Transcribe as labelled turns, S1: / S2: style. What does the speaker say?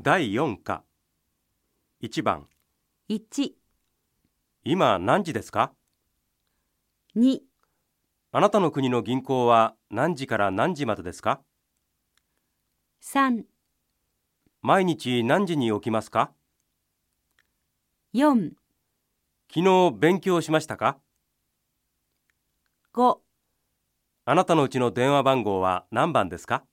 S1: 第4課1番
S2: 1、
S1: 今何時ですか
S2: 2、
S1: あなたの国の銀行は何時から何時までですか
S2: 3、
S1: 毎日何時に起きますか
S2: 4、
S1: 昨日勉強しましたか
S2: 5
S1: あなたのうちの電話番号は何番ですか